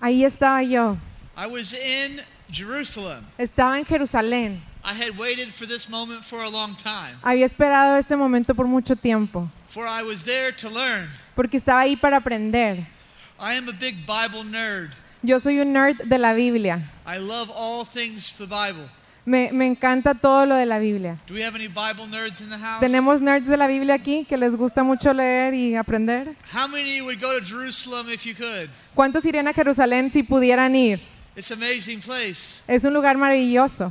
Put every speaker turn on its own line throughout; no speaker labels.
Ahí estaba yo.
I was in Jerusalem.
Estaba en Jerusalén.
I had waited for this moment for a long time,
Había esperado este momento por mucho tiempo.
for I was there to learn.
Porque estaba ahí para aprender.
I am a big Bible nerd.
Yo soy un nerd de la Biblia.
I love all things the Bible.
Me, me encanta todo lo de la Biblia.
Do we have any Bible nerds in the house?
Tenemos nerds de la Biblia aquí que les gusta mucho leer y aprender.
How many would go to Jerusalem if you could?
¿Cuántos irían a Jerusalén si pudieran ir?
It's an amazing place.
Es un lugar maravilloso.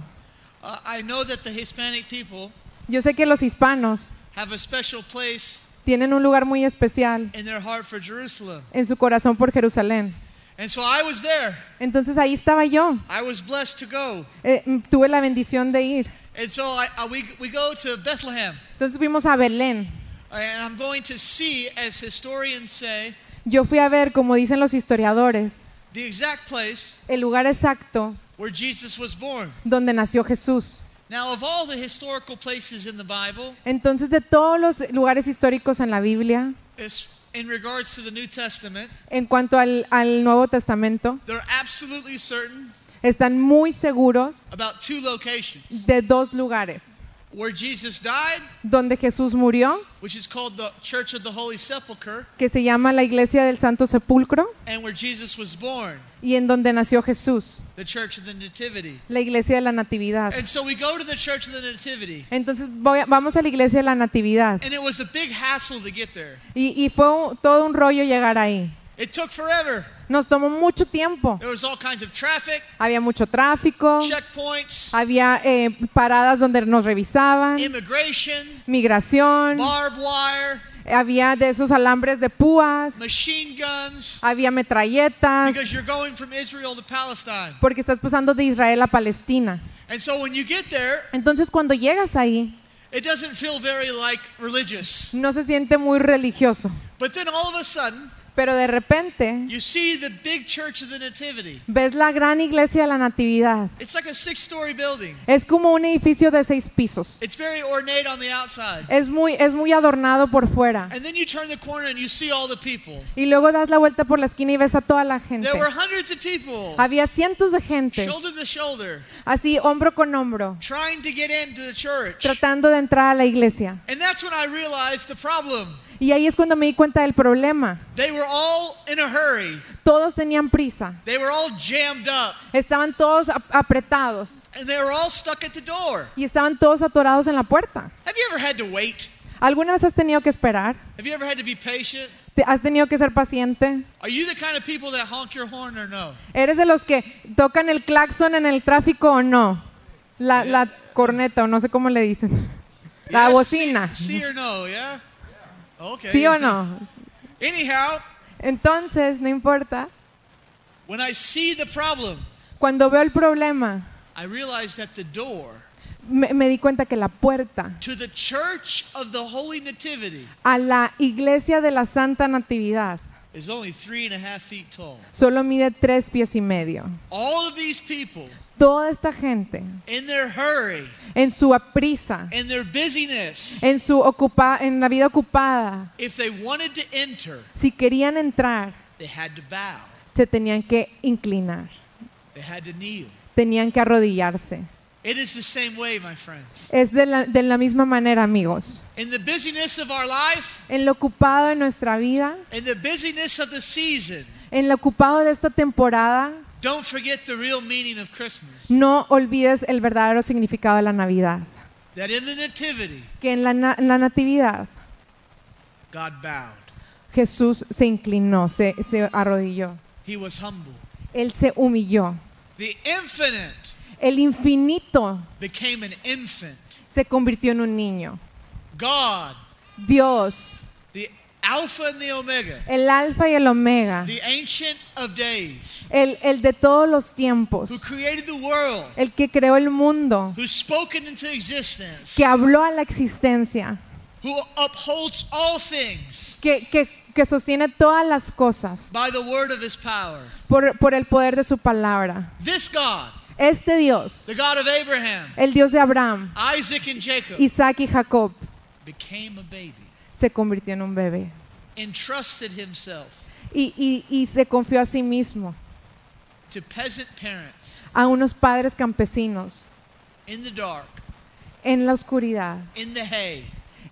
Uh, I know that the Hispanic people
Yo sé que los hispanos
have a special place
tienen un lugar muy especial
in their heart for Jerusalem.
en su corazón por Jerusalén.
And so I was there.
Entonces ahí estaba yo.
I was blessed to go.
Eh, tuve la bendición de ir.
And so I, I, we, we go to Bethlehem.
Entonces fuimos a Belén.
And I'm going to see, as historians say,
Yo fui a ver, como dicen los historiadores,
the exact place
el lugar exacto
where Jesus was born.
donde nació Jesús.
Now, of all the historical places in the Bible,
Entonces, de todos los lugares históricos en la Biblia,
it's in regards to the New Testament,
en cuanto al, al Nuevo Testamento,
they're absolutely certain
están muy seguros
about two locations
de dos lugares.
where Jesus died,
Donde Jesús murió,
which is called the Church of the Holy Sepulchre,
que se llama la iglesia del Santo Sepulcro,
and where Jesus was born,
y en donde nació Jesús,
the Church of the Nativity.
la iglesia de la Natividad.
And so we go to the Church of the Nativity,
Entonces voy a- vamos a la iglesia de la Natividad.
and it was a big hassle to get there.
Y, y fue un- todo un rollo llegar ahí.
It took forever.
Nos tomó mucho tiempo.
There was all kinds of traffic,
Había mucho tráfico,
checkpoints,
había eh, paradas donde nos revisaban,
immigration,
migración,
barbed wire,
había de esos alambres de púas,
machine guns.
había metralletas,
Because you're going from Israel to Palestine.
porque estás pasando de Israel a Palestina.
And so when you get there,
Entonces cuando llegas ahí,
it doesn't feel very like religious.
no se siente muy religioso,
But then all of a sudden,
pero de repente
you see the big church of the Nativity.
ves la gran iglesia de la Natividad.
It's like a six story building,
Es como un edificio de seis pisos.
it's very ornate on the outside.
Es muy, es muy adornado por fuera.
And then you turn the corner and you see all the people.
Y luego das la vuelta por la esquina y ves a toda la gente.
There were hundreds of people,
Había cientos de gente,
shoulder to shoulder,
así hombro con hombro,
trying to get into the church.
tratando de entrar a la iglesia.
And that's when I realized the problem.
Y ahí es cuando me di cuenta del problema.
They were all in a hurry,
Todos tenían prisa,
they were all jammed up,
estaban todos ap- apretados
and they were all stuck at the door.
y estaban todos atorados en la puerta.
Have you ever had to wait?
¿Alguna vez has tenido que esperar?
Have you ever had to be patient?
¿Te- ¿Has tenido que ser paciente?
Are you the kind of people that honk your horn or no?
¿Eres de los que tocan el claxon en el tráfico o no? La, la corneta o no sé cómo le dicen. La
Yes,
bocina.
See, see or no, yeah? Okay.
¿Sí o no?
Anyhow,
Entonces, no importa.
when I see the problem,
Cuando veo el problema,
I realize that the door
me, me di cuenta que la puerta
to the church of the Holy Nativity
a la iglesia de la Santa Natividad
is only three and a half feet tall.
solo mide tres pies y medio.
All of these people,
Toda esta gente,
in their hurry,
en su aprisa,
in their busyness,
en su ocupa, en la vida ocupada,
if they wanted to enter,
si querían entrar,
they had to bow,
se tenían que inclinar,
they had to kneel.
tenían que arrodillarse.
It is the same way, my friends.
Es de la, de la misma manera, amigos.
In the busyness of our life,
En lo ocupado de nuestra vida,
In the busyness of the season,
en lo ocupado de esta temporada,
don't forget the real meaning of Christmas.
no olvides el verdadero significado de la Navidad.
That in the Nativity,
Que en la, na- en la Natividad
God bowed.
Jesús se inclinó, se, se arrodilló.
He was humble.
Él se humilló.
The infinite
El infinito
became an infant.
se convirtió en un niño.
God,
Dios,
the Alpha and the Omega,
el alfa y el omega,
the Ancient of Days,
el, el de todos los
who
tiempos,
created the world,
el que creó el mundo,
who spoke it into existence,
que habló a la existencia,
who upholds all things
que, que- que sostiene todas las cosas
by the word of his power.
por, por el poder de su palabra.
This God,
Este Dios,
the God of Abraham,
el Dios de Abraham,
Isaac, and Jacob,
Isaac y Jacob,
became a baby.
se convirtió en un bebé
entrusted himself
y, y- y se confió a sí mismo
to peasant parents
a unos padres campesinos
in the dark,
en la oscuridad,
in the hay,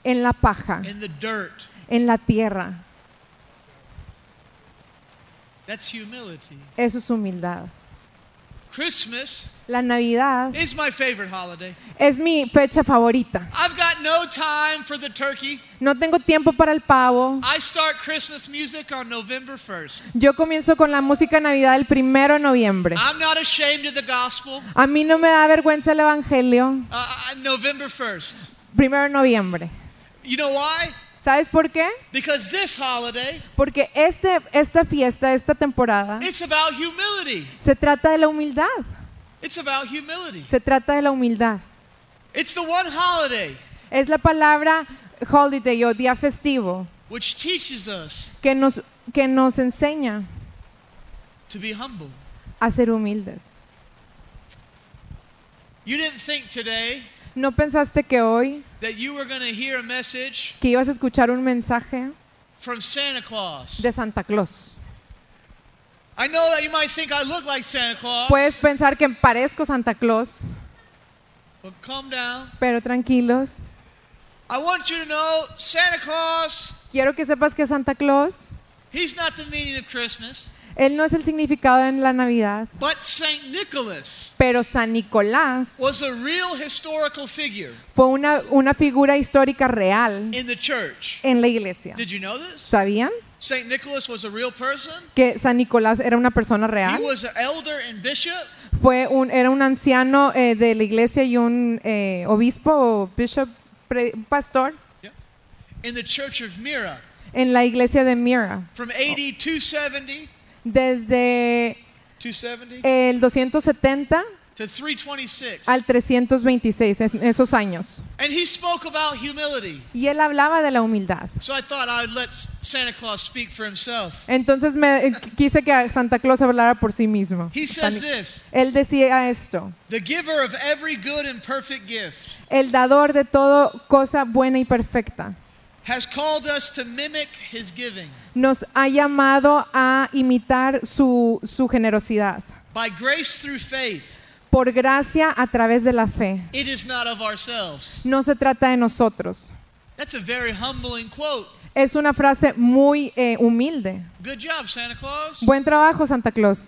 en la paja,
in the dirt.
en la tierra.
That's humility.
Eso es humildad.
Christmas
La Navidad
is my favorite holiday.
es mi fecha favorita.
I've got no time for the turkey.
No tengo tiempo para el pavo.
I start Christmas music on November 1st.
Yo comienzo con la música de Navidad el primero de noviembre.
I'm not ashamed of the gospel.
A mí no me da vergüenza el Evangelio.
Uh, uh, November 1st.
Primero de noviembre.
You know why?
¿Sabes por qué?
Because this holiday,
Porque este, esta fiesta, esta temporada,
it's about humility.
se trata de la humildad.
It's about humility.
Se trata de la humildad.
It's the one holiday
Es la palabra holiday o día festivo
which teaches us
que nos, que nos enseña
to be humble.
a ser humildes.
You didn't think today
¿No pensaste que hoy,
that you were going to hear a message
que ibas a escuchar un mensaje
from Santa Claus.
de Santa Claus?
I know that you might think I look like Santa Claus.
Puedes pensar que parezco Santa Claus,
But calm down.
pero tranquilos.
I want you to know Santa Claus,
Quiero que sepas que Santa Claus,
he's not the meaning of Christmas,
él no es el significado en la Navidad,
but St. Nicholas
pero San Nicolás
was a real historical figure
fue una, una figura histórica real
in the church.
en la iglesia.
Did you know this?
¿Sabían
St. Nicholas was a real person.
que San Nicolás era una persona real?
He was an elder and bishop.
Fue un, era un anciano eh, de la iglesia y un eh, obispo o bishop, pre- pastor
in the church of Mira
en la iglesia de Mira
from AD 270,
desde
270
el 270
to 326.
Eh. al 326, en esos años.
And he spoke about humility.
Y él hablaba de la humildad.
So I thought I would let S- Santa Claus speak for himself.
Entonces me, eh, quise que Santa Claus hablara por sí mismo.
He
San-
says this
Él decía esto,
The giver of every good and perfect gift
el dador de todo cosa buena y perfecta,
has called us to mimic his giving
nos ha llamado a imitar su, su generosidad.
by grace through faith.
Por gracia a través de la fe.
It is not of ourselves.
No se trata de nosotros.
That's a very humbling quote.
Es una frase muy eh, humilde.
Good job, Santa Claus.
Buen trabajo, Santa Claus.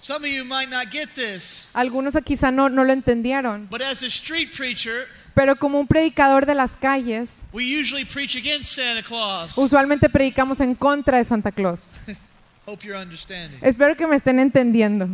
Some of you might not get this,
Algunos quizá no, no lo entendieron,
but as a street preacher,
pero como un predicador de las calles,
we usually preach against Santa Claus.
usualmente predicamos en contra de Santa Claus.
Hope you're understanding.
Espero que me estén entendiendo.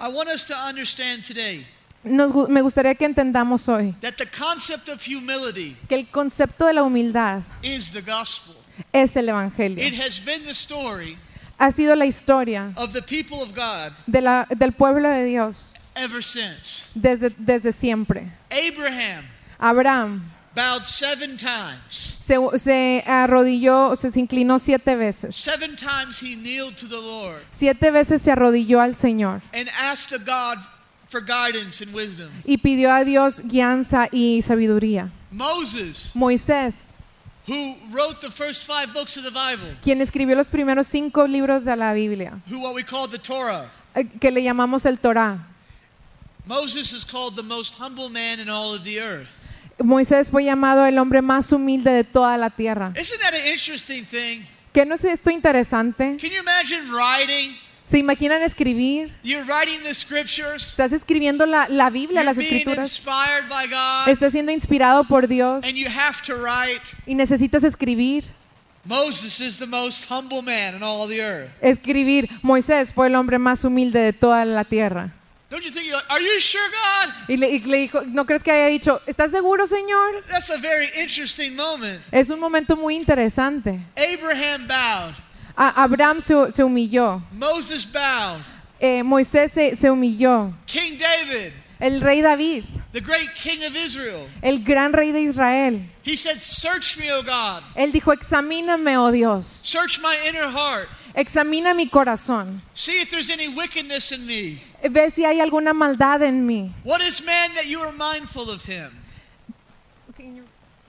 I want us to understand today
Nos gu- me gustaría que entendamos hoy
that the concept of humility
que el concepto de la humildad
is the gospel.
es el
It
Evangelio.
has been the story
Ha sido la historia
of the people of God
de la- del pueblo de Dios
ever since.
desde, desde siempre.
Abraham
Abraham
bowed seven times.
se, se arrodilló, o sea, se inclinó siete veces.
Seven times he kneeled to the Lord
Siete veces se arrodilló al Señor
and asked the God for guidance and wisdom.
y pidió a Dios guianza y sabiduría.
Moses,
Moisés,
who wrote the first five books of the Bible,
quien escribió los primeros cinco libros de la Biblia,
who what we call the Torah,
eh, que le llamamos el Torá.
Moses is called the most humble man in all of the earth.
Moisés fue llamado el hombre más humilde de toda la tierra.
Isn't that an interesting thing?
¿Qué no es esto interesante?
Can you imagine writing?
¿Se imaginan escribir?
You're writing the scriptures.
Estás escribiendo la, la Biblia,
You're
las
being
escrituras.
inspired by God,
Estás siendo inspirado por Dios
and you have to write.
y necesitas escribir.
Moses is the most humble man in all the earth.
Escribir, Moisés fue el hombre más humilde de toda la tierra.
Don't you think? You're like, Are you sure, God?
Y le, y le dijo, ¿no crees que haya dicho, ¿estás seguro, Señor?
That's a very interesting moment.
Es un momento muy interesante.
Abraham bowed.
A- Abraham se, se humilló,
Moses bowed.
Eh, Moisés se, se humilló,
King David,
el rey David,
the great king of Israel,
el gran rey de Israel.
he said, "Search me, O God.
Él dijo, examíname, oh Dios,
Search my inner heart.
examina mi corazón,
See if there's any wickedness in me.
ve si hay alguna maldad en mí.
What is man that you are mindful of him?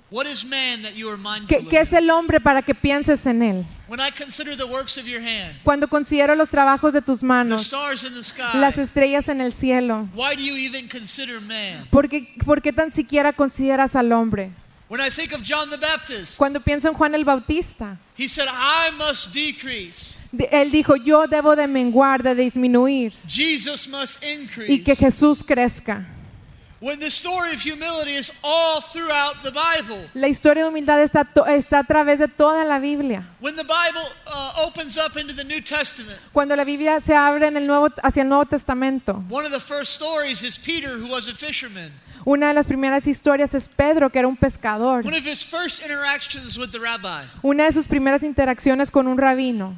What is man that you are mindful
¿Qué,
of
qué
him?"
es el hombre para que pienses en él?
When When I consider the works of your hand,
Cuando considero los trabajos de tus
the
manos,
stars in the sky,
las estrellas en el cielo,
why do you even consider man?
¿por qué, por qué tan siquiera consideras al hombre?
When I think of John the Baptist,
Cuando pienso en Juan el Bautista,
he said, I must decrease,
de- él dijo, yo debo de menguar, de disminuir,
Jesus must
y
increase.
que Jesús crezca.
When the story of humility is all throughout the Bible,
La historia de humildad está, to- está a través de toda la Biblia.
when the Bible uh, opens up into the New Testament,
Cuando la Biblia se abre en el nuevo, hacia el Nuevo Testamento,
one of the first stories is Peter, who was a fisherman.
una de las primeras historias es Pedro, que era un pescador.
One of his first interactions with the rabbi,
Una de sus primeras interacciones con un rabino.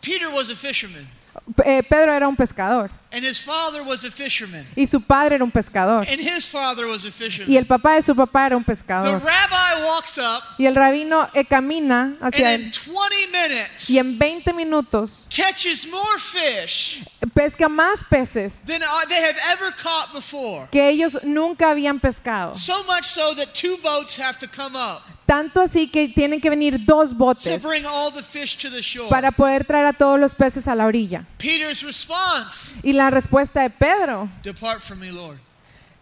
Peter was a fisherman,
P- eh, Pedro era un pescador
and his father was a fisherman,
y su padre era un pescador
and his father was a fisherman.
y el papá de su papá era un
The
pescador.
rabbi walks up,
Y el rabino eh, camina hacia
and in
él
20 minutes,
y en 20 minutos
catches more fish
pesca más peces
than uh, they have ever caught before.
que ellos nunca habían pescado.
So much so that two boats have to come up
Tanto así que tienen que venir dos
to
botes
bring all the fish to the shore.
para poder traer a todos los peces a la orilla.
Peter's response
Y la respuesta de Pedro,
Depart from me, Lord.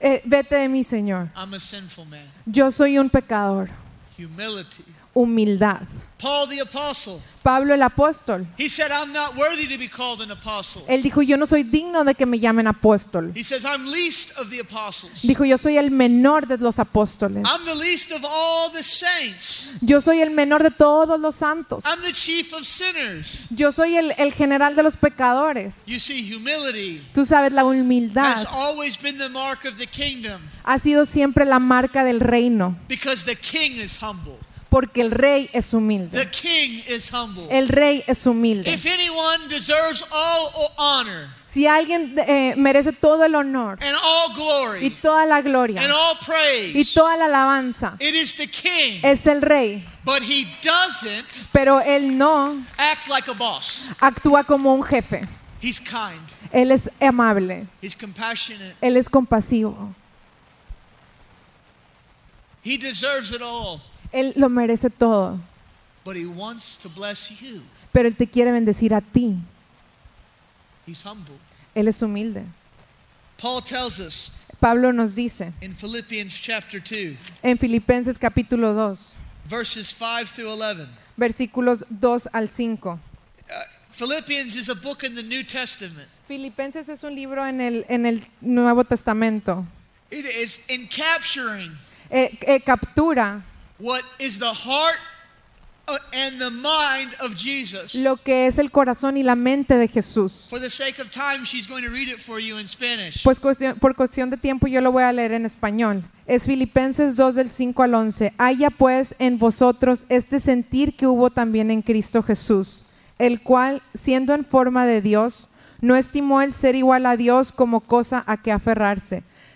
eh, vete de mí, Señor.
I'm a sinful man.
Yo soy un pecador.
Humility.
Humildad.
Paul the apostle,
Pablo el apóstol,
he said, I'm not worthy to be called an apostle.
él dijo, yo no soy digno de que me llamen apóstol.
He says, I'm least of the apostles.
Dijo, yo soy el menor de los apóstoles.
I'm the least of all the saints.
Yo soy el menor de todos los santos.
I'm the chief of sinners.
Yo soy el, el general de los pecadores.
You see, humility
Tú sabes, la humildad
has always been the mark of the kingdom
ha sido siempre la marca del reino,
because the king is humble.
porque el rey es
The
humilde.
king is humble.
El rey es humilde.
If anyone deserves all o- honor
Si alguien eh, merece todo el honor
and all
y
glory
toda la gloria
and all
y
praise,
toda la alabanza,
it is the king.
es el rey,
But he doesn't
pero él no
act like a boss.
actúa como un jefe.
He's kind.
Él es amable.
He's compassionate.
Él es compasivo.
He deserves it all.
Él lo merece todo.
But he wants to bless you.
Pero Él te quiere bendecir a ti.
He's humble.
Él es humilde.
Paul tells us
Pablo nos dice
in Philippians chapter 2,
en Filipenses capítulo 2,
verses 5 through 11.
versículos 2 al 5.
Uh, Philippians is a book in the New Testament.
Filipenses es un libro en el, en el Nuevo Testamento.
It is in capturing
Eh, eh, captura
what is the heart uh, and the mind of Jesus.
lo que es el corazón y la mente de Jesús.
For the sake of time, she's going to read it for you in Spanish.
Pues cuestión- por cuestión de tiempo yo lo voy a leer en español. Es Filipenses 2 del 5 al 11. Haya pues en vosotros este sentir que hubo también en Cristo Jesús, el cual, siendo en forma de Dios, no estimó el ser igual a Dios como cosa a que aferrarse,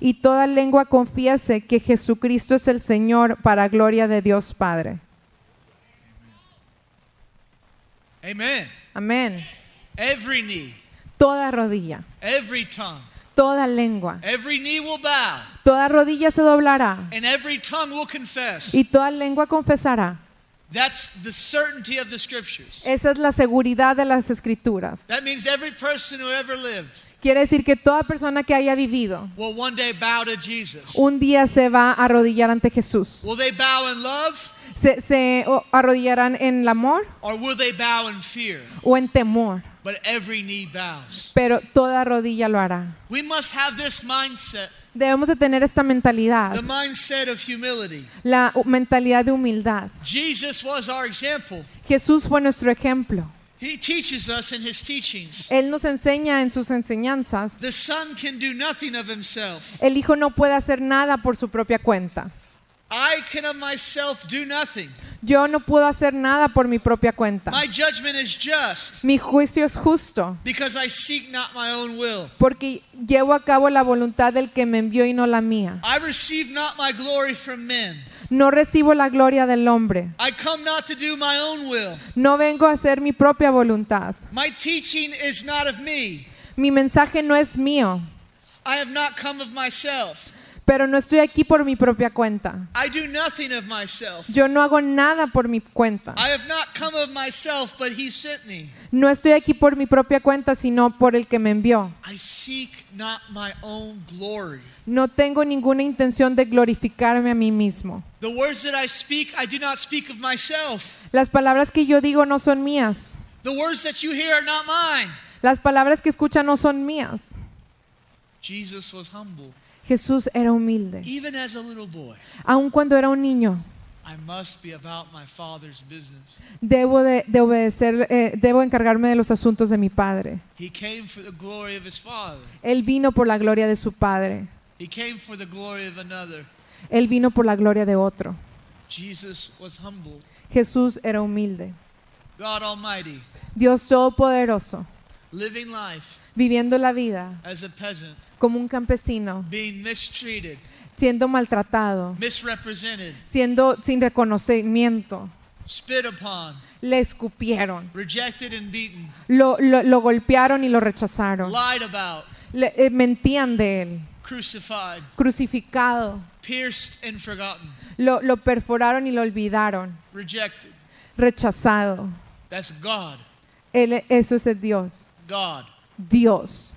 y toda lengua confiese que Jesucristo es el Señor para gloria de Dios Padre.
Amen.
Amén.
Every knee,
Toda rodilla,
every tongue,
toda lengua,
every knee will bow.
toda rodilla se doblará
And every tongue will confess.
y toda lengua confesará.
That's the certainty of the scriptures.
Esa es la seguridad de las escrituras.
That means every person who ever lived
Quiere decir que toda persona que haya vivido
will one day bow to Jesus.
un día se va a arrodillar ante Jesús.
Will they bow in love
Se, se, o, arrodillarán en el amor
or will they bow in fear?
o en temor,
But every knee bows.
pero toda rodilla lo hará.
We must have this mindset
Debemos de tener esta
the
mentalidad,
mindset of humility.
la hu- mentalidad de humildad.
Jesus was our example.
Jesús fue nuestro ejemplo.
He teaches us in his teachings.
Él nos enseña en sus enseñanzas.
The Son can do nothing of himself.
El Hijo no puede hacer nada por su propia cuenta.
I can of myself do nothing.
Yo no puedo hacer nada por mi propia cuenta.
My judgment is just
Mi juicio es justo
because I seek not my own will.
porque llevo a cabo la voluntad del que me envió y no la mía.
I receive not my glory from men.
No recibo la gloria del hombre.
I come not to do my own will.
No vengo a hacer mi propia voluntad.
My teaching is not of me.
Mi mensaje no es mío,
I have not come of myself.
pero no estoy aquí por mi propia cuenta.
I do nothing of myself.
Yo no hago nada por mi cuenta.
I have not come of myself, but he sent me.
No estoy aquí por mi propia cuenta, sino por el que me envió.
I seek not my own glory.
No tengo ninguna intención de glorificarme a mí mismo.
The words that I speak, I do not speak of myself.
Las palabras que yo digo no son mías.
The words that you hear are not mine.
Las palabras que escucha no son mías.
Jesus was humble.
Jesús era humilde.
Even as a little boy,
Aun cuando era un niño,
I must be about my father's business.
debo de, de obedecer, eh, debo encargarme de los asuntos de mi padre.
He came for the glory of his father.
Él vino por la gloria de su padre.
He came for the glory of another.
Él vino por la gloria de otro.
Jesus was humble.
Jesús era humilde.
God Almighty,
Dios todopoderoso,
living life
viviendo la vida
as a peasant,
como un campesino,
being mistreated,
siendo maltratado,
misrepresented,
siendo sin reconocimiento.
spit upon,
Le escupieron,
rejected and beaten,
lo, lo- lo golpearon y lo rechazaron.
lied about,
Le- eh, mentían de él,
crucified,
crucificado,
pierced and forgotten,
lo, lo perforaron y lo olvidaron,
rejected.
rechazado.
That's God.
Él, eso es el Dios,
God.
Dios,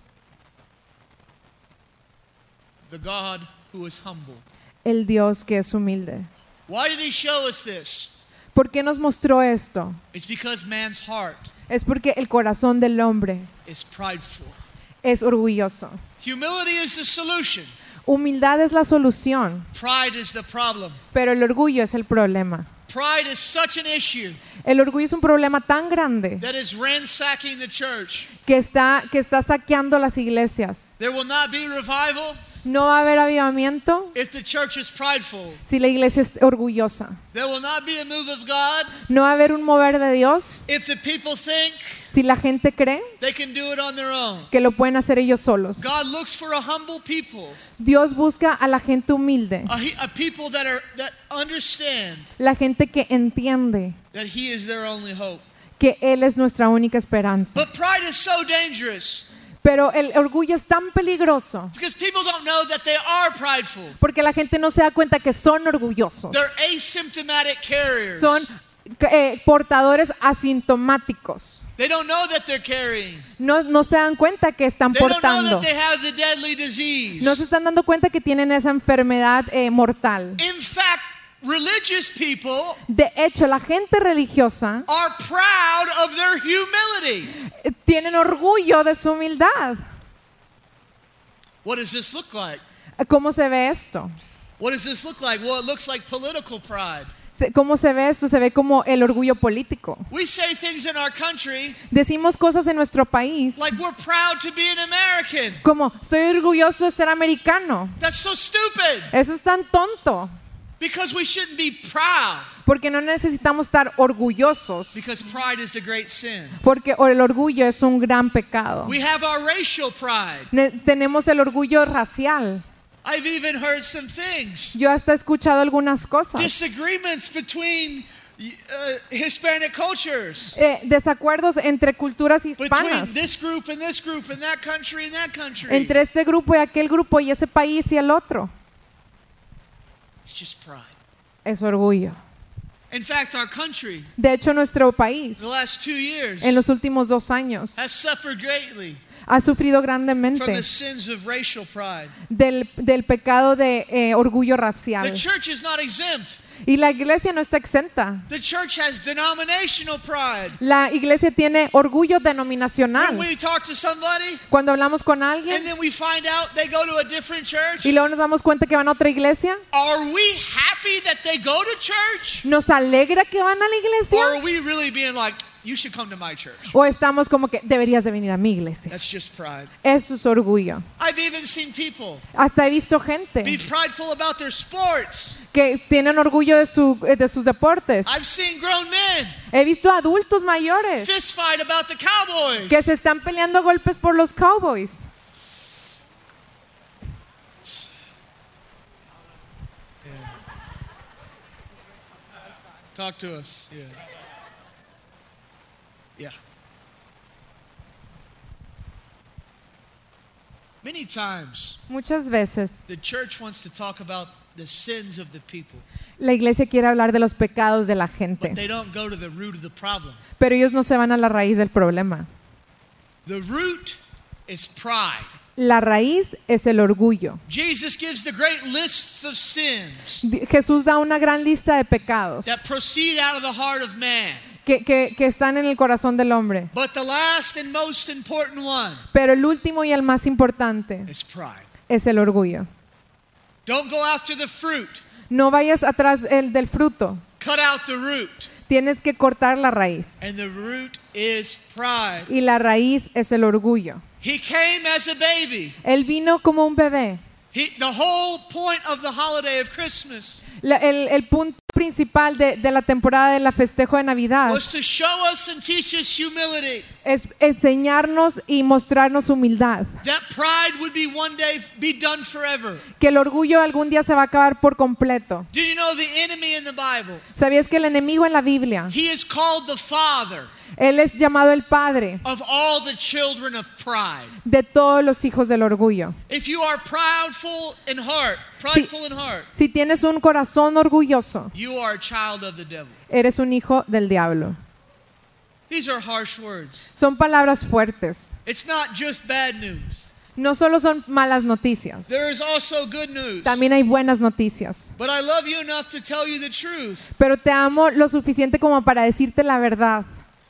The God who is humble.
el Dios que es humilde.
Why did he show us this?
¿Por qué nos mostró esto?
It's because man's heart
Es porque el corazón del hombre
is prideful.
es orgulloso.
Humility is the solution.
Humildad es la solución,
Pride is the problem.
pero el orgullo es el problema.
Pride is such an issue
El orgullo es un problema tan grande
that is ransacking the church.
que está, que está saqueando las iglesias.
There will not be revival
No va a haber avivamiento
if the church is prideful.
si la iglesia es orgullosa.
There will not be a move of God
No va a haber un mover de Dios
if the people think
si la gente cree
they can do it on their own.
que lo pueden hacer ellos solos.
God looks for a humble people,
Dios busca a la gente humilde,
a, he- a people that are that understand
la gente que entiende
that He is their only hope.
que Él es nuestra única esperanza.
But pride is so dangerous
Pero el orgullo es tan peligroso
because people don't know that they are prideful.
porque la gente no se da cuenta que son orgullosos.
They're asymptomatic carriers.
Son eh, portadores asintomáticos.
they don't know that they're carrying.
No, no se dan cuenta que están
They don't know
portando.
that they have the deadly disease.
No se están dando cuenta que tienen esa enfermedad eh, mortal.
In fact, religious people
De hecho, la gente religiosa
are proud of their humility.
eh, tienen orgullo de su humildad.
What does this look like?
¿Cómo se ve esto?
What does this look like? Well, it looks like political pride.
Se- ¿Cómo se ve esto? Se ve como el orgullo político.
We say things in our country
Decimos cosas en nuestro país
like we're proud to be an American.
como, estoy orgulloso de ser americano.
That's so stupid
Eso es tan tonto,
because we shouldn't be proud
porque no necesitamos estar orgullosos,
because pride is a great sin.
porque el orgullo es un gran pecado.
We have our racial pride.
Ne- tenemos el orgullo racial.
I've even heard some things
Yo hasta he escuchado algunas cosas.
disagreements between uh, Hispanic cultures.
Eh, desacuerdos entre culturas
Between
hispanas,
this group and this group and that country and that country.
entre este grupo y aquel grupo y ese país y el otro.
It's just pride.
Es orgullo.
In fact, our country,
De hecho, nuestro país
the last two years,
en los últimos dos años
has suffered greatly
ha sufrido
from
grandemente
the sins of racial pride.
del, del pecado de eh, orgullo
The
racial.
church is not exempt.
Y la iglesia no está exenta.
The church has denominational pride.
La iglesia tiene orgullo denominacional.
When we talk to somebody
Cuando hablamos con alguien
and then we find out they go to a different church,
y luego nos damos cuenta que van a otra iglesia,
are we happy that they go to church?
¿nos alegra que van a la iglesia?
Or are we really being like, you should come to my church.
O estamos como que deberías de venir a mi iglesia.
That's just pride.
Eso es orgullo.
I've even seen people
Hasta he visto gente
be prideful about their sports.
que tienen orgullo de, su- de sus deportes.
I've seen grown men
He visto adultos mayores
fist fight about the Cowboys.
que se están peleando a golpes por los Cowboys.
Talk to us. Yeah. Yeah. Many times
Muchas veces
the church wants to talk about the sins of the people,
la iglesia quiere hablar de los pecados de la
but
gente,
they don't go to the root of the problem.
pero ellos no se van a la raíz del problema.
The root is pride.
La raíz es el orgullo.
Jesus gives the great lists of sins
Di- Jesús da una gran lista de pecados
that proceed out of the heart of man.
que, que- que están en el corazón del hombre,
But the last and most important one
pero el último y el más importante
is pride.
es el orgullo.
Don't go after the fruit,
No vayas atrás el del fruto,
cut out the root.
tienes que cortar la raíz.
And the root is pride.
Y la raíz es el orgullo.
He came as a baby.
Él vino como un bebé.
He, the whole point of the holiday of Christmas
La- el, el punto principal de, de la temporada de la festejo de Navidad
was to show us and teach us humility,
es enseñarnos y mostrarnos humildad.
that pride would be one day be done forever.
Que el orgullo algún día se va a acabar por completo.
Do you know the enemy in the Bible?
¿Sabías que el enemigo en la Biblia,
He is called the father
él es llamado el padre
of all the children of pride.
de todos los hijos del orgullo?
If you are proudful in heart, prideful in heart,
Si tienes un corazón orgulloso,
you are a child of the devil.
eres un hijo del diablo.
These are harsh words.
Son palabras fuertes.
It's not just bad news.
No solo son malas noticias,
There is also good news.
también hay buenas noticias.
But I love you enough to tell you the truth.
Pero te amo lo suficiente como para decirte la verdad.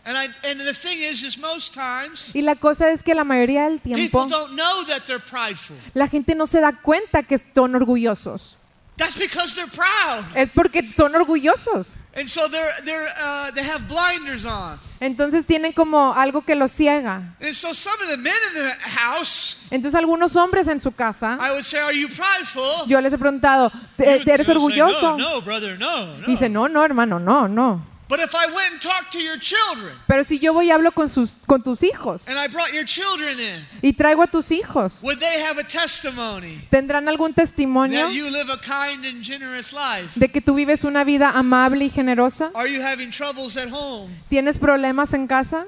And I and the thing is is most times
Y la cosa es que la mayoría del
people
tiempo
don't know that they're prideful.
la gente no se da cuenta que son orgullosos.
That's because they're proud.
Es porque son orgullosos.
And so they're they're uh, they have blinders on.
Entonces tienen como algo que los ciega.
And so some of the men in the house,
Entonces algunos hombres en su casa,
I would say, are you prideful?
yo les he preguntado, Eh, "¿Te-
You-
te ¿eres
you'll say,
orgulloso?
No, no, brother, no, no.
Dice, no, no, hermano, no, no.
But if I went and talked to your children
Pero si yo voy y hablo con, sus, con tus hijos
and I brought your children in,
y traigo a tus hijos,
would they have a testimony
¿tendrán algún testimonio
that you live a kind and generous life?
de que tú vives una vida amable y generosa?
Are you having troubles at home?
¿Tienes problemas en casa?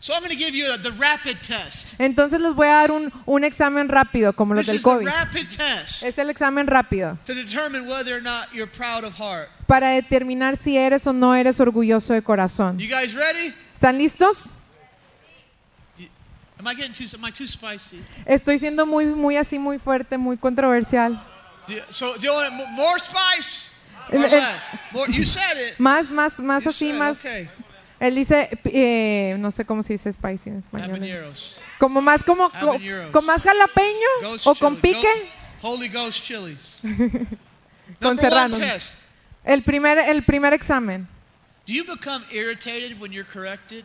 So I'm going to give you the rapid test.
Entonces les voy a dar un, un examen rápido, como los
This
del
is the
COVID.
rapid test
Es el examen rápido
to determine whether or not you're proud of heart.
para determinar si eres o no eres orgulloso de corazón.
You guys ready?
¿Están listos?
Am I getting too? Am I too spicy?
Estoy siendo muy, muy así, muy fuerte, muy controversial.
Do you- so do you want mo- more spice? Or
Eh, eh.
less? More, you said it.
Más, más, más
You
así,
said,
más.
uh, Okay.
Él dice, eh, no sé cómo se dice spicy en español.
Habaneros.
Como más, como, co-
Habaneros.
con más jalapeño
Ghost
o
chili-
con pique.
Ghost- Holy Ghost chilies.
Con
Number one
serranos.
test.
El primer, el primer examen.
Do you become irritated when you're corrected?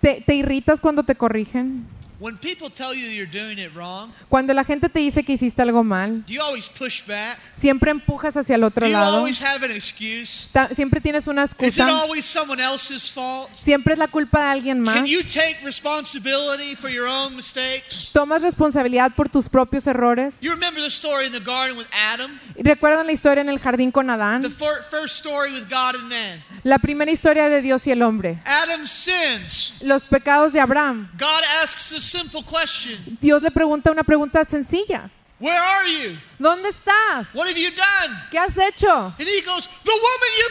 ¿Te, te irritas cuando te corrigen?
When people tell you you're doing it wrong,
Cuando la gente te dice que hiciste algo mal,
do you always push back?
siempre empujas hacia el otro
Do you
lado.
always have an excuse?
Ta- Siempre tienes una
Is it
excusa.
always someone else's fault?
Siempre es la culpa de alguien
Can
más.
you take responsibility for your own mistakes?
Tomas responsabilidad por tus propios errores.
You remember the story in the garden with Adam?
¿Recuerdan la historia en el jardín con Adán?
The fir- first story with God and man.
La primera historia de Dios y el hombre.
Adam sins.
Los pecados de Abraham.
God asks a simple question
Dios le pregunta una pregunta sencilla.
Where are you?
¿Dónde estás?
What have you done?
¿Qué has hecho?
And he goes, The woman you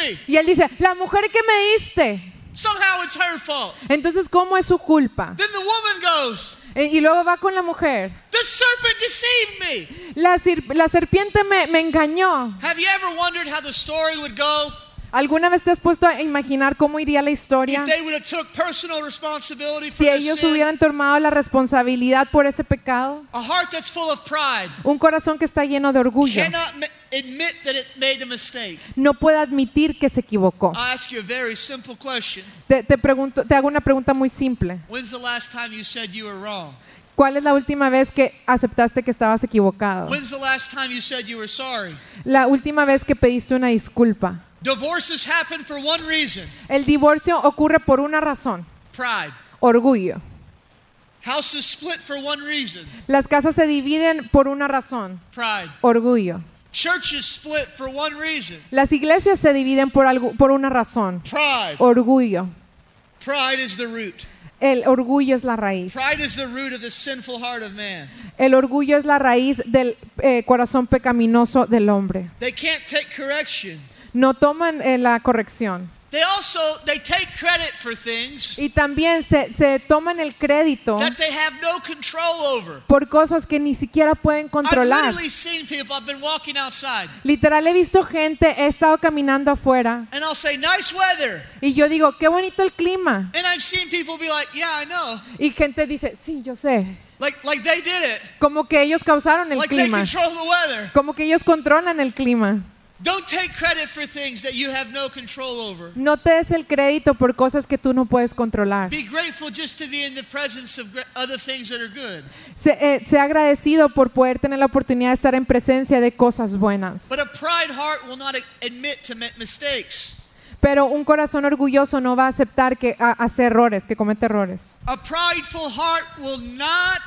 gave me.
Y él dice, la mujer que me diste.
Somehow it's her fault.
Entonces, ¿cómo es su culpa?
Then the woman goes,
E- Y luego va con la mujer.
The serpent deceived me.
La, sir- la serpiente me, me engañó.
Have you ever wondered how the story would go
¿Alguna vez te has puesto a imaginar cómo iría la historia?
if they would have took personal responsibility for
Si
their
ellos
sin?
hubieran tomado la responsabilidad por ese pecado,
A heart that's full of pride
un corazón que está lleno de orgullo
cannot ma- admit that it made a mistake.
No puede admitir que se equivocó.
I'll ask you a very simple question.
Te, te pregunto, te hago una pregunta muy simple.
When's the last time you said you were wrong?
¿Cuál es la última vez que aceptaste que estabas equivocado?
When's the last time you said you were sorry?
La última vez que pediste una disculpa.
Divorces happen for one reason
El divorcio ocurre por una razón,
pride.
orgullo.
Houses split for one reason
Las casas se dividen por una razón,
pride.
orgullo.
Churches split for one reason
Las iglesias se dividen por, algo, por una razón,
pride.
orgullo.
Pride is the root.
El orgullo es la raíz.
Pride is the root of the sinful heart of man.
El orgullo es la raíz del eh, corazón pecaminoso del hombre.
They can't take correction.
No toman eh, la corrección.
They also they take credit for things
Y también se, se toman el crédito
that they have no control over.
por cosas que ni siquiera pueden
I've
controlar.
literally seen people. I've been walking outside,
Literal he visto gente, he estado caminando afuera
and I'll say nice weather,
y yo digo, qué bonito el clima.
and I've seen people be like, yeah, I know,
Y gente dice, sí, yo sé.
like like they did it,
Como que ellos causaron el
like they
clima.
control the weather.
Como que ellos controlan el clima.
Don't take credit for things that you have no control over.
No te des el crédito por cosas que tú no puedes controlar.
Be grateful just to be in the presence of gr- other things that are good.
Se, eh, sea agradecido por poder tener la oportunidad de estar en presencia de cosas buenas.
But a pride heart will not a- admit to ma- mistakes.
Pero un corazón orgulloso no va a aceptar que a- hace errores, que comete errores.
A prideful heart will not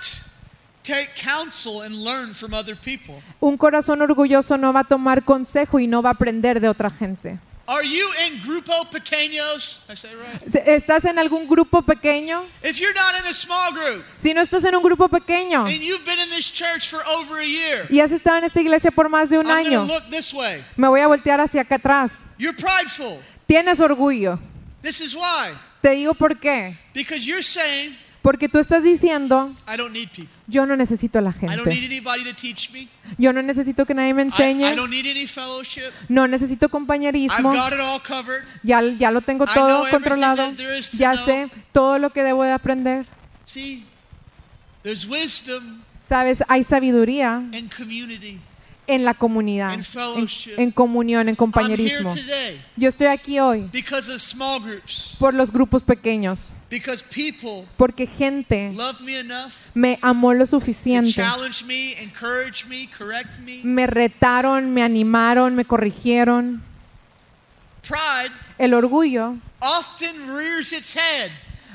take counsel and learn from other people.
Un corazón orgulloso no va a tomar consejo y no va a aprender de otra gente.
Are you in Grupo Pequeños? I say it right.
Se- ¿Estás en algún grupo pequeño?
If you're not in a small group
Si no estás en un grupo pequeño
and you've been in this church for over a year,
y has estado en esta iglesia por más de un
I'm
año,
going to look this way.
me voy a voltear hacia acá atrás.
You're prideful.
Tienes orgullo.
This is why.
Te digo por qué.
Because you're saying,
Porque tú estás diciendo,
I don't need people.
yo no necesito a la
I don't need
gente.
anybody to teach me.
Yo no necesito que nadie me
I, I
enseñe.
don't need any fellowship.
No necesito
I've
compañerismo.
got it all covered.
Ya, ya lo tengo
I know
todo
everything
controlado.
that there is to
Ya
know.
sé todo lo que debo de aprender.
See, there's wisdom
Sabes, hay sabiduría
and community.
en la comunidad,
In
en,
fellowship.
en comunión, en
I'm here
compañerismo.
today
Yo estoy aquí hoy
because of small groups,
por los grupos pequeños,
because people
porque gente
love me enough
me amó lo
to
suficiente.
challenge me, encourage me, correct me.
Me retaron, me animaron, me corrigieron.
Pride
El orgullo
often rears its head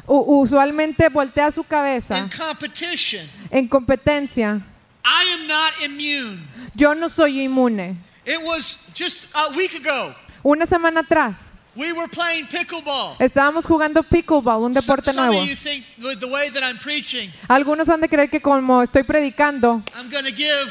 u- usualmente voltea su cabeza
in competition.
en competencia.
I am not immune.
Yo no soy inmune.
It was just a week ago.
Una semana atrás
We were playing pickleball.
estábamos jugando pickleball, un
Some,
deporte
some
nuevo.
of you think with the way that I'm preaching,
Algunos han de creer que como estoy predicando,
I'm going to give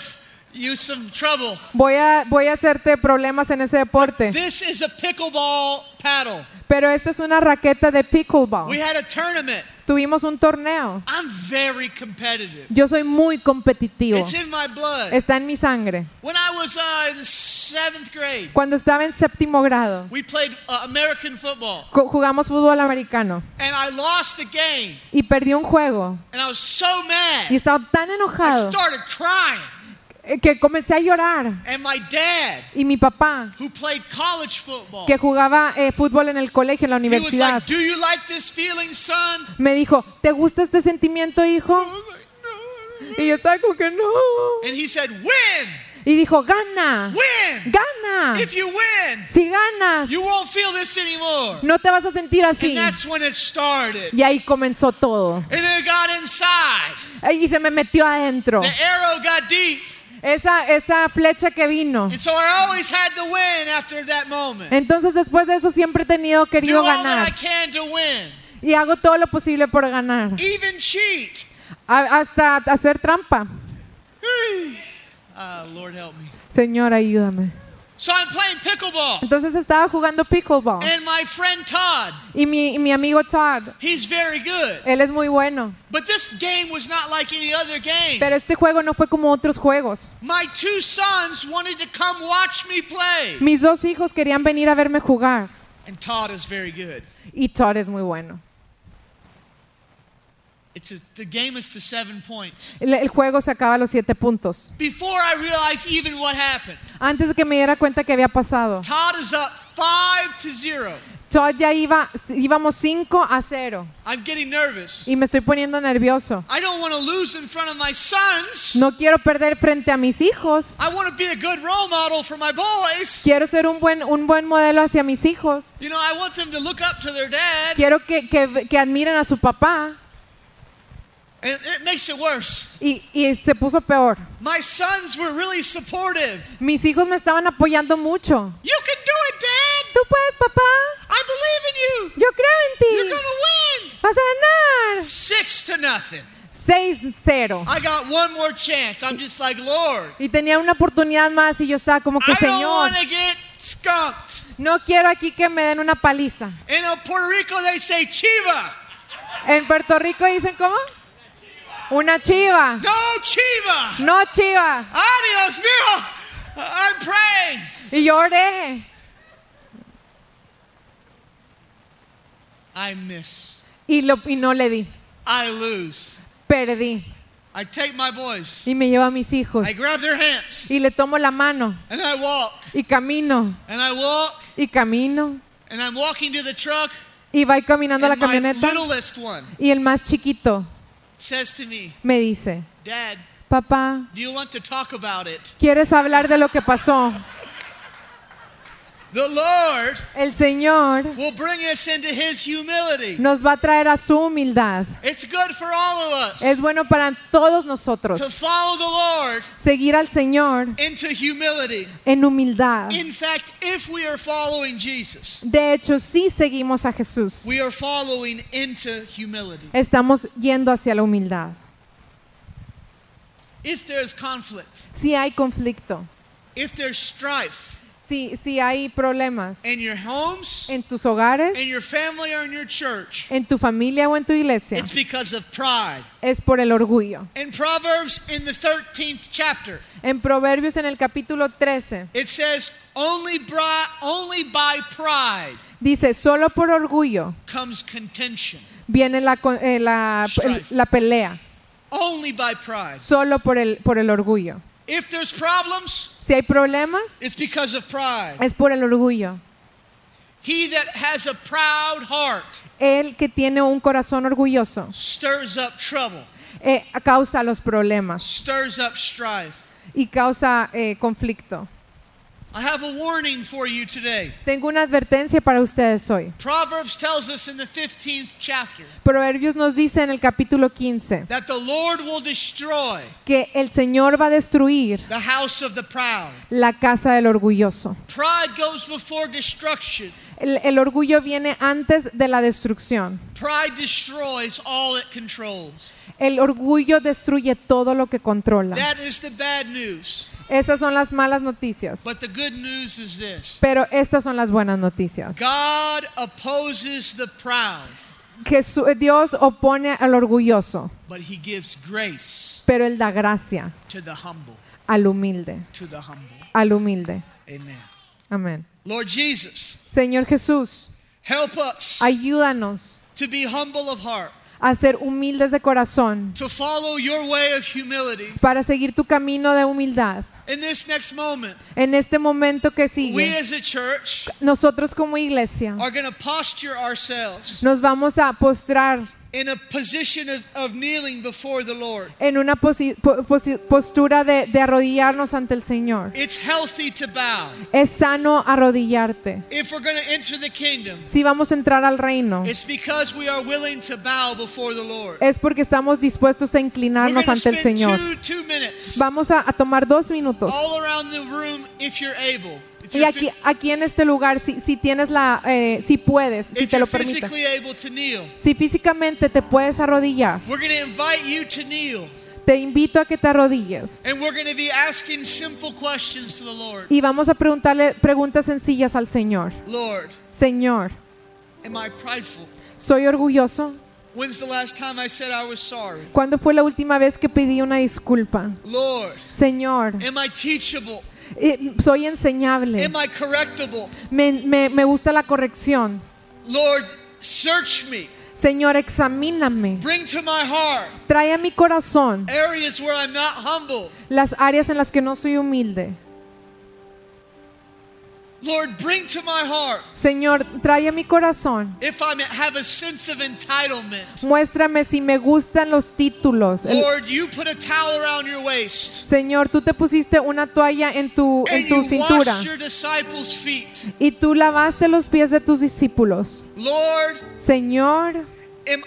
you some trouble.
voy a, voy a hacerte problemas en ese deporte.
This is a pickleball paddle.
Pero esta es una raqueta de
We
pickleball.
had a tournament.
Tuvimos un torneo.
I'm very competitive.
Yo soy muy competitivo.
It's in my blood.
Está en mi sangre.
When I was uh, in seventh grade,
Cuando estaba en séptimo grado,
we played uh, American football,
co- jugamos fútbol americano
and I lost a game,
y perdí un juego.
and I was so
Y
mad.
estaba tan
I
enojado
started crying,
eh, que comencé a llorar.
and my dad,
Y mi papá,
who played college football,
que jugaba eh, fútbol en el colegio, en la
he was
universidad,
like, "Do you like this feeling, son?"
me dijo, ¿te gusta este sentimiento, hijo?
I was like, "No."
Y yo estaba como que no.
And he said, "Win,
Y dijo, gana,
win.
gana.
If you win,
Si ganas,
you won't feel this anymore."
no te vas a sentir así.
And that's when it started.
Y ahí comenzó todo.
And it got inside.
Y se me metió adentro.
The arrow got deep.
Esa, esa flecha que vino.
And so I always had to win after that moment.
Entonces después de eso siempre he tenido
Do
querido
all that I
ganar.
can to win.
Y hago todo lo posible por ganar.
Even cheat.
A- hasta hacer trampa.
Ah, Lord help me.
Señor, ayúdame.
So I'm playing pickleball.
Entonces estaba jugando pickleball.
And my friend Todd,
Y mi, y mi amigo Todd,
he's very good.
él es muy bueno.
But this game was not like any other game.
Pero este juego no fue como otros juegos.
My two sons wanted to come watch me play.
Mis dos hijos querían venir a verme jugar.
And Todd is very good.
Y Todd es muy bueno.
It's a, the game is to seven points.
El, el juego se acaba a los siete puntos.
Before I realized even what happened,
antes de que me diera cuenta que había pasado.
Todd is up 5 to 0.
Todd ya iba, íbamos 5 a 0
I'm getting nervous.
y me estoy poniendo nervioso.
I don't want to lose in front of my sons.
No quiero perder frente a mis hijos.
I want to be a good role model for my boys.
Quiero ser un buen, un buen modelo hacia mis hijos.
You know, I want them to look up to their dad.
Quiero que, que- que admiren a su papá.
And it makes it worse.
Y, y se puso peor.
My sons were really supportive.
Mis hijos me estaban apoyando mucho.
You can do it, Dad.
Tú puedes, papá.
I believe in you.
Yo creo
You're
en ti.
going to win.
Vas a ganar.
Six to nothing.
6-0.
I got one more chance. I'm just like, Lord,
Y tenía una oportunidad más y yo estaba como que,
I don't
Señor,
want to get skunked.
no quiero aquí que me den una paliza.
In El Puerto Rico, they say chiva.
En Puerto Rico dicen, ¿cómo? Una chiva.
No chiva.
No chiva.
Adios mío. I'm praying.
Y yo oré.
I miss.
Y, lo, y no le di.
I lose.
Perdí.
I take my boys.
Y me llevo a mis hijos.
I grab their hands.
Y le tomo la mano.
And I walk.
Y camino.
And I walk.
Y camino.
And I'm walking to the truck.
Y va caminando a la
And my
camioneta.
littlest one
Y el más chiquito
says to me,
me dice,
Dad,
papá,
do you want to talk about it?
¿quieres hablar de lo que pasó?
The Lord
El Señor
will bring us into his humility.
nos va a traer a su humildad.
It's good for all of
Es
us
bueno para todos nosotros
to follow the Lord
seguir al Señor
into humility.
en humildad.
In fact, if we are following Jesus,
De hecho, sí seguimos a Jesús.
we are following into humility.
Estamos yendo hacia la humildad.
If there's conflict,
Si hay conflicto,
if there's strife
si, si hay problemas
in your homes,
en tus hogares,
in your family, or in your church,
en tu familia o en tu iglesia,
it's because of pride.
es por el orgullo.
In Proverbs, in the 13th chapter,
En Proverbios en el capítulo 13
it says, only, bri- only by pride
dice, solo por orgullo
comes contention.
viene la, con- eh, la-
Strife.
la pelea,
Only by pride.
solo por el, por el orgullo.
If there's problems,
Si hay problemas,
it's because of pride.
es por el orgullo.
He that has a proud heart
El que tiene un corazón orgulloso
stirs up trouble,
eh, causa los problemas
stirs up strife.
y causa eh, conflicto.
I have a warning for you today.
Tengo una advertencia para ustedes hoy.
Proverbs tells us in the 15th chapter
Proverbios nos dice en el capítulo 15
that the Lord will destroy
que el Señor va a destruir
the house of the proud.
la casa del orgulloso.
Pride goes before destruction.
El, el orgullo viene antes de la destrucción.
Pride destroys all it controls.
El orgullo destruye todo lo que controla.
That is the bad news.
Esas son las malas noticias,
But the good news is this
pero estas son las buenas noticias.
God opposes the proud,
Jesu- Dios opone al orgulloso,
but he gives grace
pero Él da gracia
to the humble.
al humilde,
To the humble.
al humilde.
Amen.
Amén.
Lord Jesus,
Señor Jesús,
help us
ayúdanos
to be humble of heart,
a ser humildes de corazón
to follow your way of humility.
para seguir tu camino de humildad.
In this next moment,
En este momento que
we
sigue,
as a church
nosotros como iglesia
are going to posture ourselves
nos vamos a postrar
in a position of, of kneeling before the Lord.
en una posi- po- posi- postura de, de arrodillarnos ante el Señor.
It's healthy to bow.
Es sano arrodillarte.
If we're going to enter the kingdom,
Si vamos a entrar al reino,
it's because we are willing to bow before the Lord.
es porque estamos dispuestos a
We're
inclinarnos
going to
ante el
spend
Señor.
two, two minutes
Vamos a, a tomar dos minutos.
all around the room if you're able. If
Y
you're,
aquí,
phy-
aquí en este lugar, si, si tienes la, eh, si puedes, si
if
te
you're
lo permite,
physically able to kneel.
si físicamente te puedes arrodillar,
We're going to invite you to kneel,
te invito a que te arrodilles
and we're going to be asking simple questions to the Lord.
y vamos a preguntarle preguntas sencillas al Señor.
Lord,
Señor,
am I prideful?
¿soy orgulloso?
When's the last time I said I was sorry?
¿Cuándo fue la última vez que pedí una disculpa?
Lord,
Señor,
am I teachable?
eh, soy enseñable.
Am I correctable?
Me, me- me gusta la corrección.
Lord, search me.
Señor, examíname.
Bring to my heart
Trae a mi corazón
areas where I'm not humble.
las áreas en las que no soy humilde.
Lord, bring to my heart
Señor, trae a mi corazón.
if I have a sense of entitlement.
Muéstrame si me gustan los títulos. El-
Lord, you put a towel around your waist
Señor, tú te pusiste una toalla en tu, en
and
tu
you
cintura
washed your disciples' feet.
y tú lavaste los pies de tus discípulos.
Lord,
Señor,
am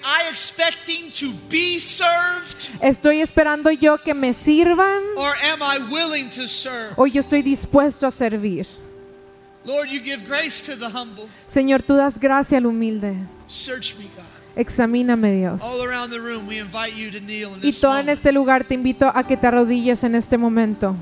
I expecting to be served
¿estoy esperando yo que me sirvan
or am I willing to serve?
o yo estoy dispuesto a servir?
Lord, you give grace to the humble.
Señor, tú das gracia al humilde.
Search me, God.
Examíname, Dios.
All around the room, we invite you to kneel in
Y
this
todo en
moment.
este lugar te invito a que te arrodilles en este momento.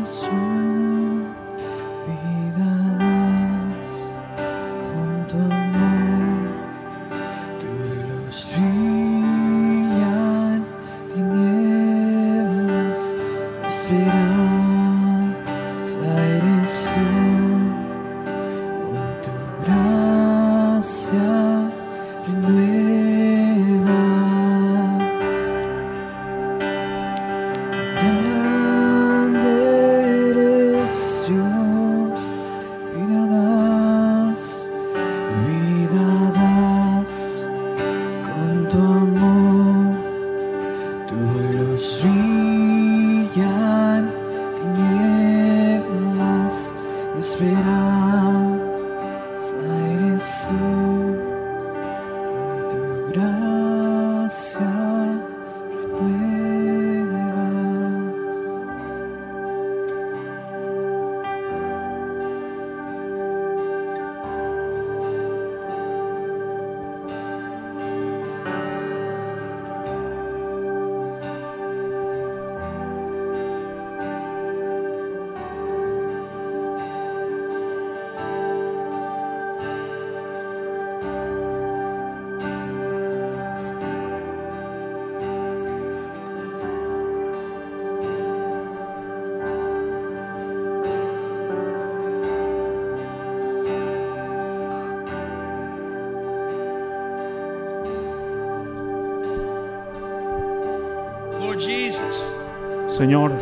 Corazón, vidalas con tu amor, tu luz brilla en tinieblas, esperanza eres tú, con tu gracia renuevas. Grande eres Dios, vida das, vida das, con tu amor, tu luz brilla en tinieblas, esperanza eres tú, con tu gracia renuevas.
Lord Jesus,
Señor,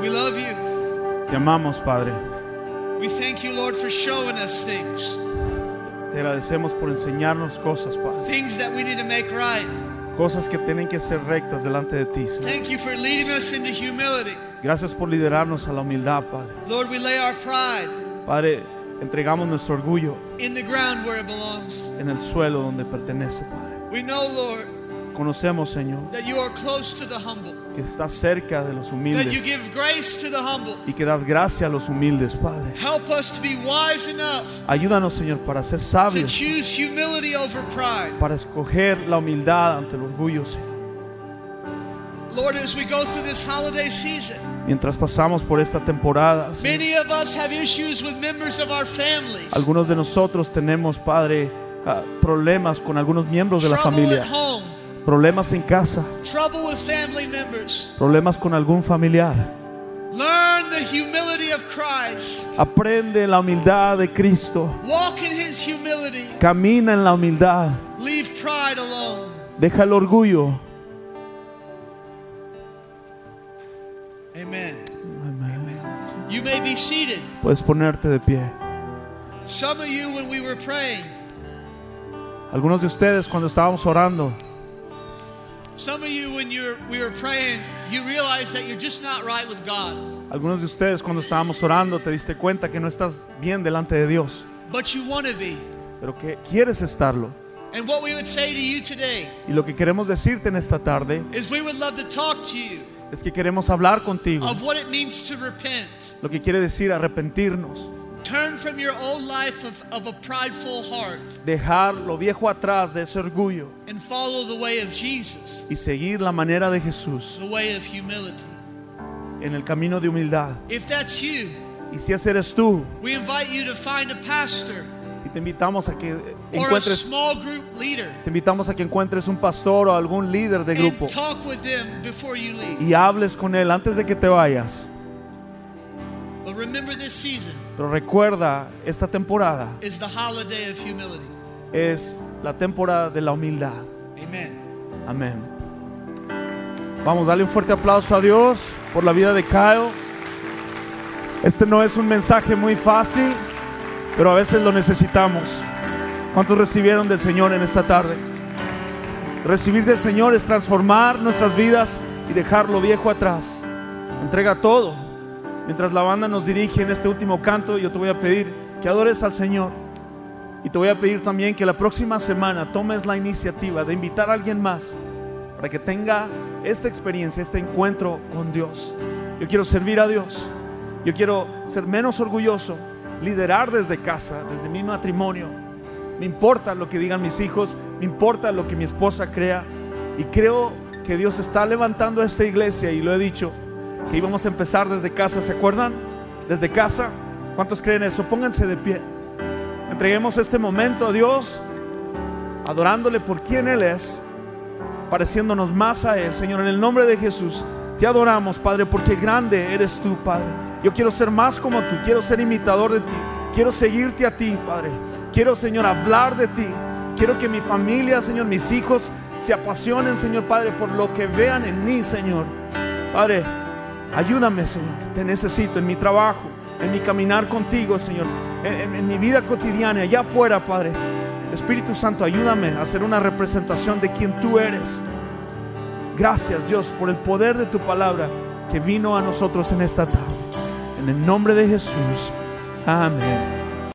we love you.
te amamos, Padre.
We thank you, Lord, for showing us things,
Te agradecemos por enseñarnos cosas, Padre.
things that we need to make right.
Cosas que tienen que ser rectas delante de ti. Señor.
Thank you for leading us into humility.
Gracias por liderarnos a la humildad, Padre.
Lord, we lay our pride
Padre, entregamos nuestro orgullo
in the ground where it belongs.
en el suelo donde pertenece, Padre.
We know, Lord,
Conocemos, Señor,
that you are close to the humble,
que estás cerca de los
that you
humildes
give grace to the humble.
y que das gracia a los humildes, Padre.
Help us to be wise enough
Ayúdanos, Señor, para ser
to
sabios,
choose humility over pride.
para escoger la humildad ante el orgullo, Señor.
Lord, as we go through this holiday season,
Mientras pasamos por esta temporada, Señor,
many of us have issues with members of our families,
Algunos de nosotros tenemos, Padre, ah, problemas con algunos miembros de la
trouble at
familia,
home,
problemas en casa,
trouble with family members.
problemas con algún familiar.
Learn the humility of Christ.
Aprende la humildad de Cristo.
Walk in his humility.
Camina en la humildad.
Leave pride alone.
Deja el orgullo.
Amen. You may be seated.
Puedes ponerte de pie.
Some of you, when we were praying,
Algunos de ustedes cuando estábamos orando,
some of you, when you're, we were praying, you realize that you're just not right with God,
algunos de ustedes cuando estábamos orando te diste cuenta que no estás bien delante de Dios,
but you want to be.
pero que quieres estarlo.
And what we would say to you today
Y lo que queremos decirte en esta tarde
is we would love to talk to you
es que queremos hablar contigo.
of what it means to repent.
Lo que quiere decir arrepentirnos,
Turn from your old life of, of a prideful heart
dejar lo viejo atrás de ese orgullo
and follow the way of Jesus,
y seguir la manera de Jesús
the way of humility.
en el camino de humildad.
If that's you,
Y si ese eres tú,
we invite you to find a pastor
y te invitamos a que
or a
encuentres,
small group leader
te invitamos a que encuentres un pastor o algún líder de grupo
and talk with them before you leave.
y hables con él antes de que te vayas.
But remember this season
Pero recuerda, esta temporada
is the holiday of humility.
es la temporada de la humildad.
Amen.
Amén. Vamos, dale un fuerte aplauso a Dios por la vida de Kyle. Este no es un mensaje muy fácil, pero a veces lo necesitamos. ¿Cuántos recibieron del Señor en esta tarde? Recibir del Señor es transformar nuestras vidas y dejar lo viejo atrás. Entrega todo. Mientras la banda nos dirige en este último canto, yo te voy a pedir que adores al Señor. Y te voy a pedir también que la próxima semana tomes la iniciativa de invitar a alguien más para que tenga esta experiencia, este encuentro con Dios. Yo quiero servir a Dios. Yo quiero ser menos orgulloso, liderar desde casa, desde mi matrimonio. Me importa lo que digan mis hijos, me importa lo que mi esposa crea. Y creo que Dios está levantando a esta iglesia y lo he dicho, que íbamos a empezar desde casa, ¿se acuerdan? Desde casa. ¿Cuántos creen eso? Pónganse de pie. Entreguemos este momento a Dios, adorándole por quien Él es, pareciéndonos más a Él. Señor, en el nombre de Jesús, te adoramos, Padre, porque grande eres tú, Padre. Yo quiero ser más como tú, quiero ser imitador de ti, quiero seguirte a ti, Padre. Quiero, Señor, hablar de ti. Quiero que mi familia, Señor, mis hijos, se apasionen, Señor Padre, por lo que vean en mí, Señor. Padre, Ayúdame, Señor. Te necesito en mi trabajo, en mi caminar contigo, Señor. En, en- en mi vida cotidiana, allá afuera, Padre. Espíritu Santo, ayúdame a hacer una representación de quien tú eres. Gracias, Dios, por el poder de tu palabra que vino a nosotros en esta tarde. En el nombre de Jesús. Amén.